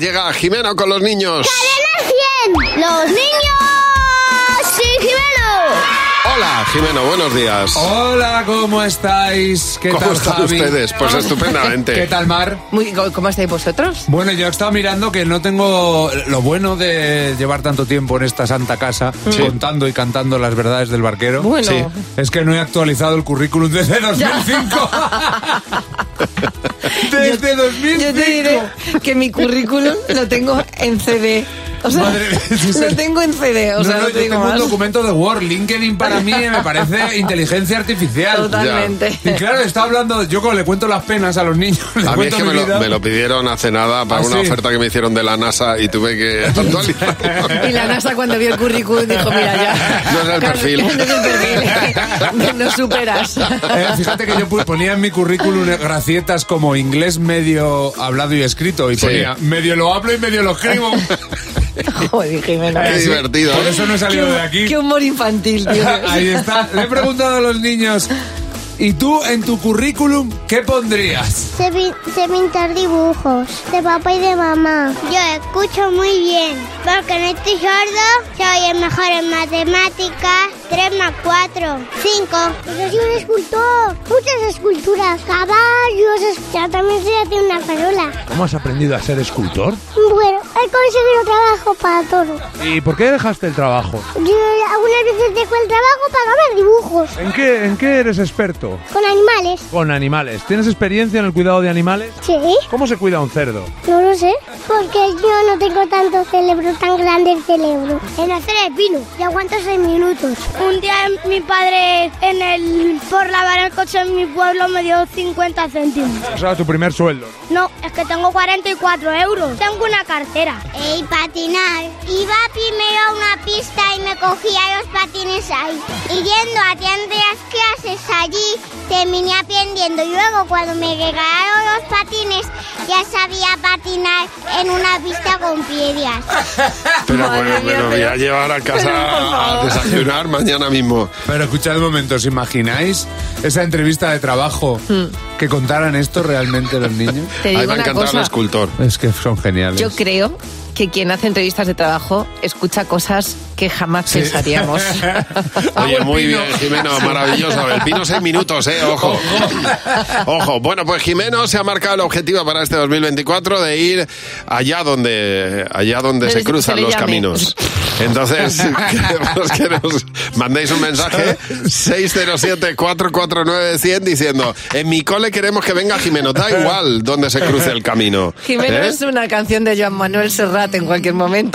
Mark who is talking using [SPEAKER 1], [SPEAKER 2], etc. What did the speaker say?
[SPEAKER 1] Llega Jimeno con los niños.
[SPEAKER 2] ¡Los niños! ¡Sí,
[SPEAKER 1] Hola, Jimeno, buenos días.
[SPEAKER 3] Oh, Hola, ¿cómo estáis? ¿Qué
[SPEAKER 1] ¿Cómo
[SPEAKER 3] tal,
[SPEAKER 1] están
[SPEAKER 3] Javi? Ah.
[SPEAKER 1] ustedes? Pues estupendamente.
[SPEAKER 3] ¿Qué tal, Mar?
[SPEAKER 4] Muy, ¿Cómo estáis vosotros?
[SPEAKER 3] Bueno, yo he estado mirando que no tengo lo bueno de llevar tanto tiempo en esta santa casa contando y cantando las verdades del barquero.
[SPEAKER 4] Bueno. Sí.
[SPEAKER 3] Es que no he actualizado el currículum desde 2005. desde 2005.
[SPEAKER 4] Yo te diré que mi currículum lo tengo en CD. O sea,
[SPEAKER 3] Madre mía, sí, sí.
[SPEAKER 4] lo tengo en CD, o
[SPEAKER 3] No,
[SPEAKER 4] sea, no,
[SPEAKER 3] no,
[SPEAKER 4] te
[SPEAKER 3] yo
[SPEAKER 4] digo
[SPEAKER 3] tengo un
[SPEAKER 4] más.
[SPEAKER 3] documento de Word. LinkedIn para mí me parece inteligencia artificial.
[SPEAKER 4] Totalmente.
[SPEAKER 3] Y claro, está hablando, yo como le cuento las penas a los niños, les
[SPEAKER 1] A mí es
[SPEAKER 3] cuento
[SPEAKER 1] que
[SPEAKER 3] mi
[SPEAKER 1] me lo,
[SPEAKER 3] vida.
[SPEAKER 1] me lo pidieron hace nada para
[SPEAKER 3] ¿Ah,
[SPEAKER 1] una
[SPEAKER 3] sí?
[SPEAKER 1] oferta que me hicieron de la NASA y tuve que actualizarlo.
[SPEAKER 4] Y la NASA cuando vio el currículum dijo, mira ya.
[SPEAKER 1] No es el
[SPEAKER 4] Claro,
[SPEAKER 1] perfil.
[SPEAKER 4] No es el perfil. No superas.
[SPEAKER 3] Eh, fíjate que yo pu- ponía en mi currículum gracietas como inglés medio hablado y escrito y
[SPEAKER 1] Sí.
[SPEAKER 3] ponía medio lo hablo y medio lo escribo.
[SPEAKER 4] Joder, Jimena.
[SPEAKER 1] Qué
[SPEAKER 3] Sí,
[SPEAKER 1] divertido.
[SPEAKER 3] Por
[SPEAKER 1] ¿eh?
[SPEAKER 3] eso no he salido de aquí.
[SPEAKER 4] Qué humor infantil tienes.
[SPEAKER 3] Ahí está. Le he preguntado a los niños. ¿Y tú en tu currículum qué pondrías?
[SPEAKER 5] Sé, pin- sé pintar dibujos de papá y de mamá. Yo escucho muy bien. Porque no estoy sordo, soy el mejor en matemáticas. 3 más 4, 5. Yo soy un escultor. Muchas esculturas. Caballos. es- Yo también sé hacer una farola.
[SPEAKER 6] ¿Cómo has aprendido a ser escultor?
[SPEAKER 5] Bueno, he conseguido trabajo para todo.
[SPEAKER 6] ¿Y por qué dejaste el trabajo?
[SPEAKER 5] Yo algunas veces dejo el trabajo para ganar dibujos.
[SPEAKER 6] ¿En qué, en qué eres experto?
[SPEAKER 5] Con animales.
[SPEAKER 6] Con animales. ¿Tienes experiencia en el cuidado de animales?
[SPEAKER 5] Sí.
[SPEAKER 6] ¿Cómo se cuida un cerdo?
[SPEAKER 5] No lo sé. Porque yo no tengo tanto cerebro, tan grande el cerebro. En hacer el vino. Y aguanto seis minutos.
[SPEAKER 7] Un día mi padre en el por lavar el coche en mi pueblo me dio 50 céntimos.
[SPEAKER 6] O sea, tu primer sueldo.
[SPEAKER 7] No, es que tengo 44 euros. Tengo una cartera.
[SPEAKER 5] Y patinar. Iba primero a una pista y me cogía los patines ahí. Y yendo a tiendas clases allí, terminé aprendiendo. Y luego cuando me regalaron los patines, ya sabía patinar en una pista con piedras.
[SPEAKER 1] Pero
[SPEAKER 4] Madre
[SPEAKER 1] bueno,
[SPEAKER 4] mía,
[SPEAKER 1] me lo voy a
[SPEAKER 4] pero-
[SPEAKER 1] llevar a
[SPEAKER 4] pero, por
[SPEAKER 1] casa a
[SPEAKER 4] favor.
[SPEAKER 1] desayunar mañana mismo.
[SPEAKER 3] Pero escuchad un momento, ¿os imagináis esa entrevista de trabajo que contaran esto realmente los niños?
[SPEAKER 4] Te
[SPEAKER 1] Ahí
[SPEAKER 4] digo
[SPEAKER 1] me ha
[SPEAKER 4] una
[SPEAKER 1] encantado el
[SPEAKER 4] cosa.
[SPEAKER 1] escultor.
[SPEAKER 3] Es que son geniales.
[SPEAKER 4] Yo creo que quien hace entrevistas de trabajo escucha cosas que jamás pensaríamos.
[SPEAKER 1] Oye,
[SPEAKER 3] el
[SPEAKER 1] muy
[SPEAKER 3] pino.
[SPEAKER 1] bien, Jimeno, maravilloso. El pino seis minutos, eh, ojo. Ojo. Bueno, pues Jimeno se ha marcado el objetivo para este 2024 de ir allá donde, allá donde
[SPEAKER 4] Donde
[SPEAKER 1] se
[SPEAKER 4] se
[SPEAKER 1] cruzan
[SPEAKER 4] le
[SPEAKER 1] los
[SPEAKER 4] llame.
[SPEAKER 1] caminos. Entonces, queremos que nos mandéis un mensaje 607-449-100 diciendo, en mi cole queremos que venga Jimeno, da igual donde se cruce el camino.
[SPEAKER 4] Jimena
[SPEAKER 1] ¿Eh?
[SPEAKER 4] es una canción de Joan Manuel Serrat en cualquier momento.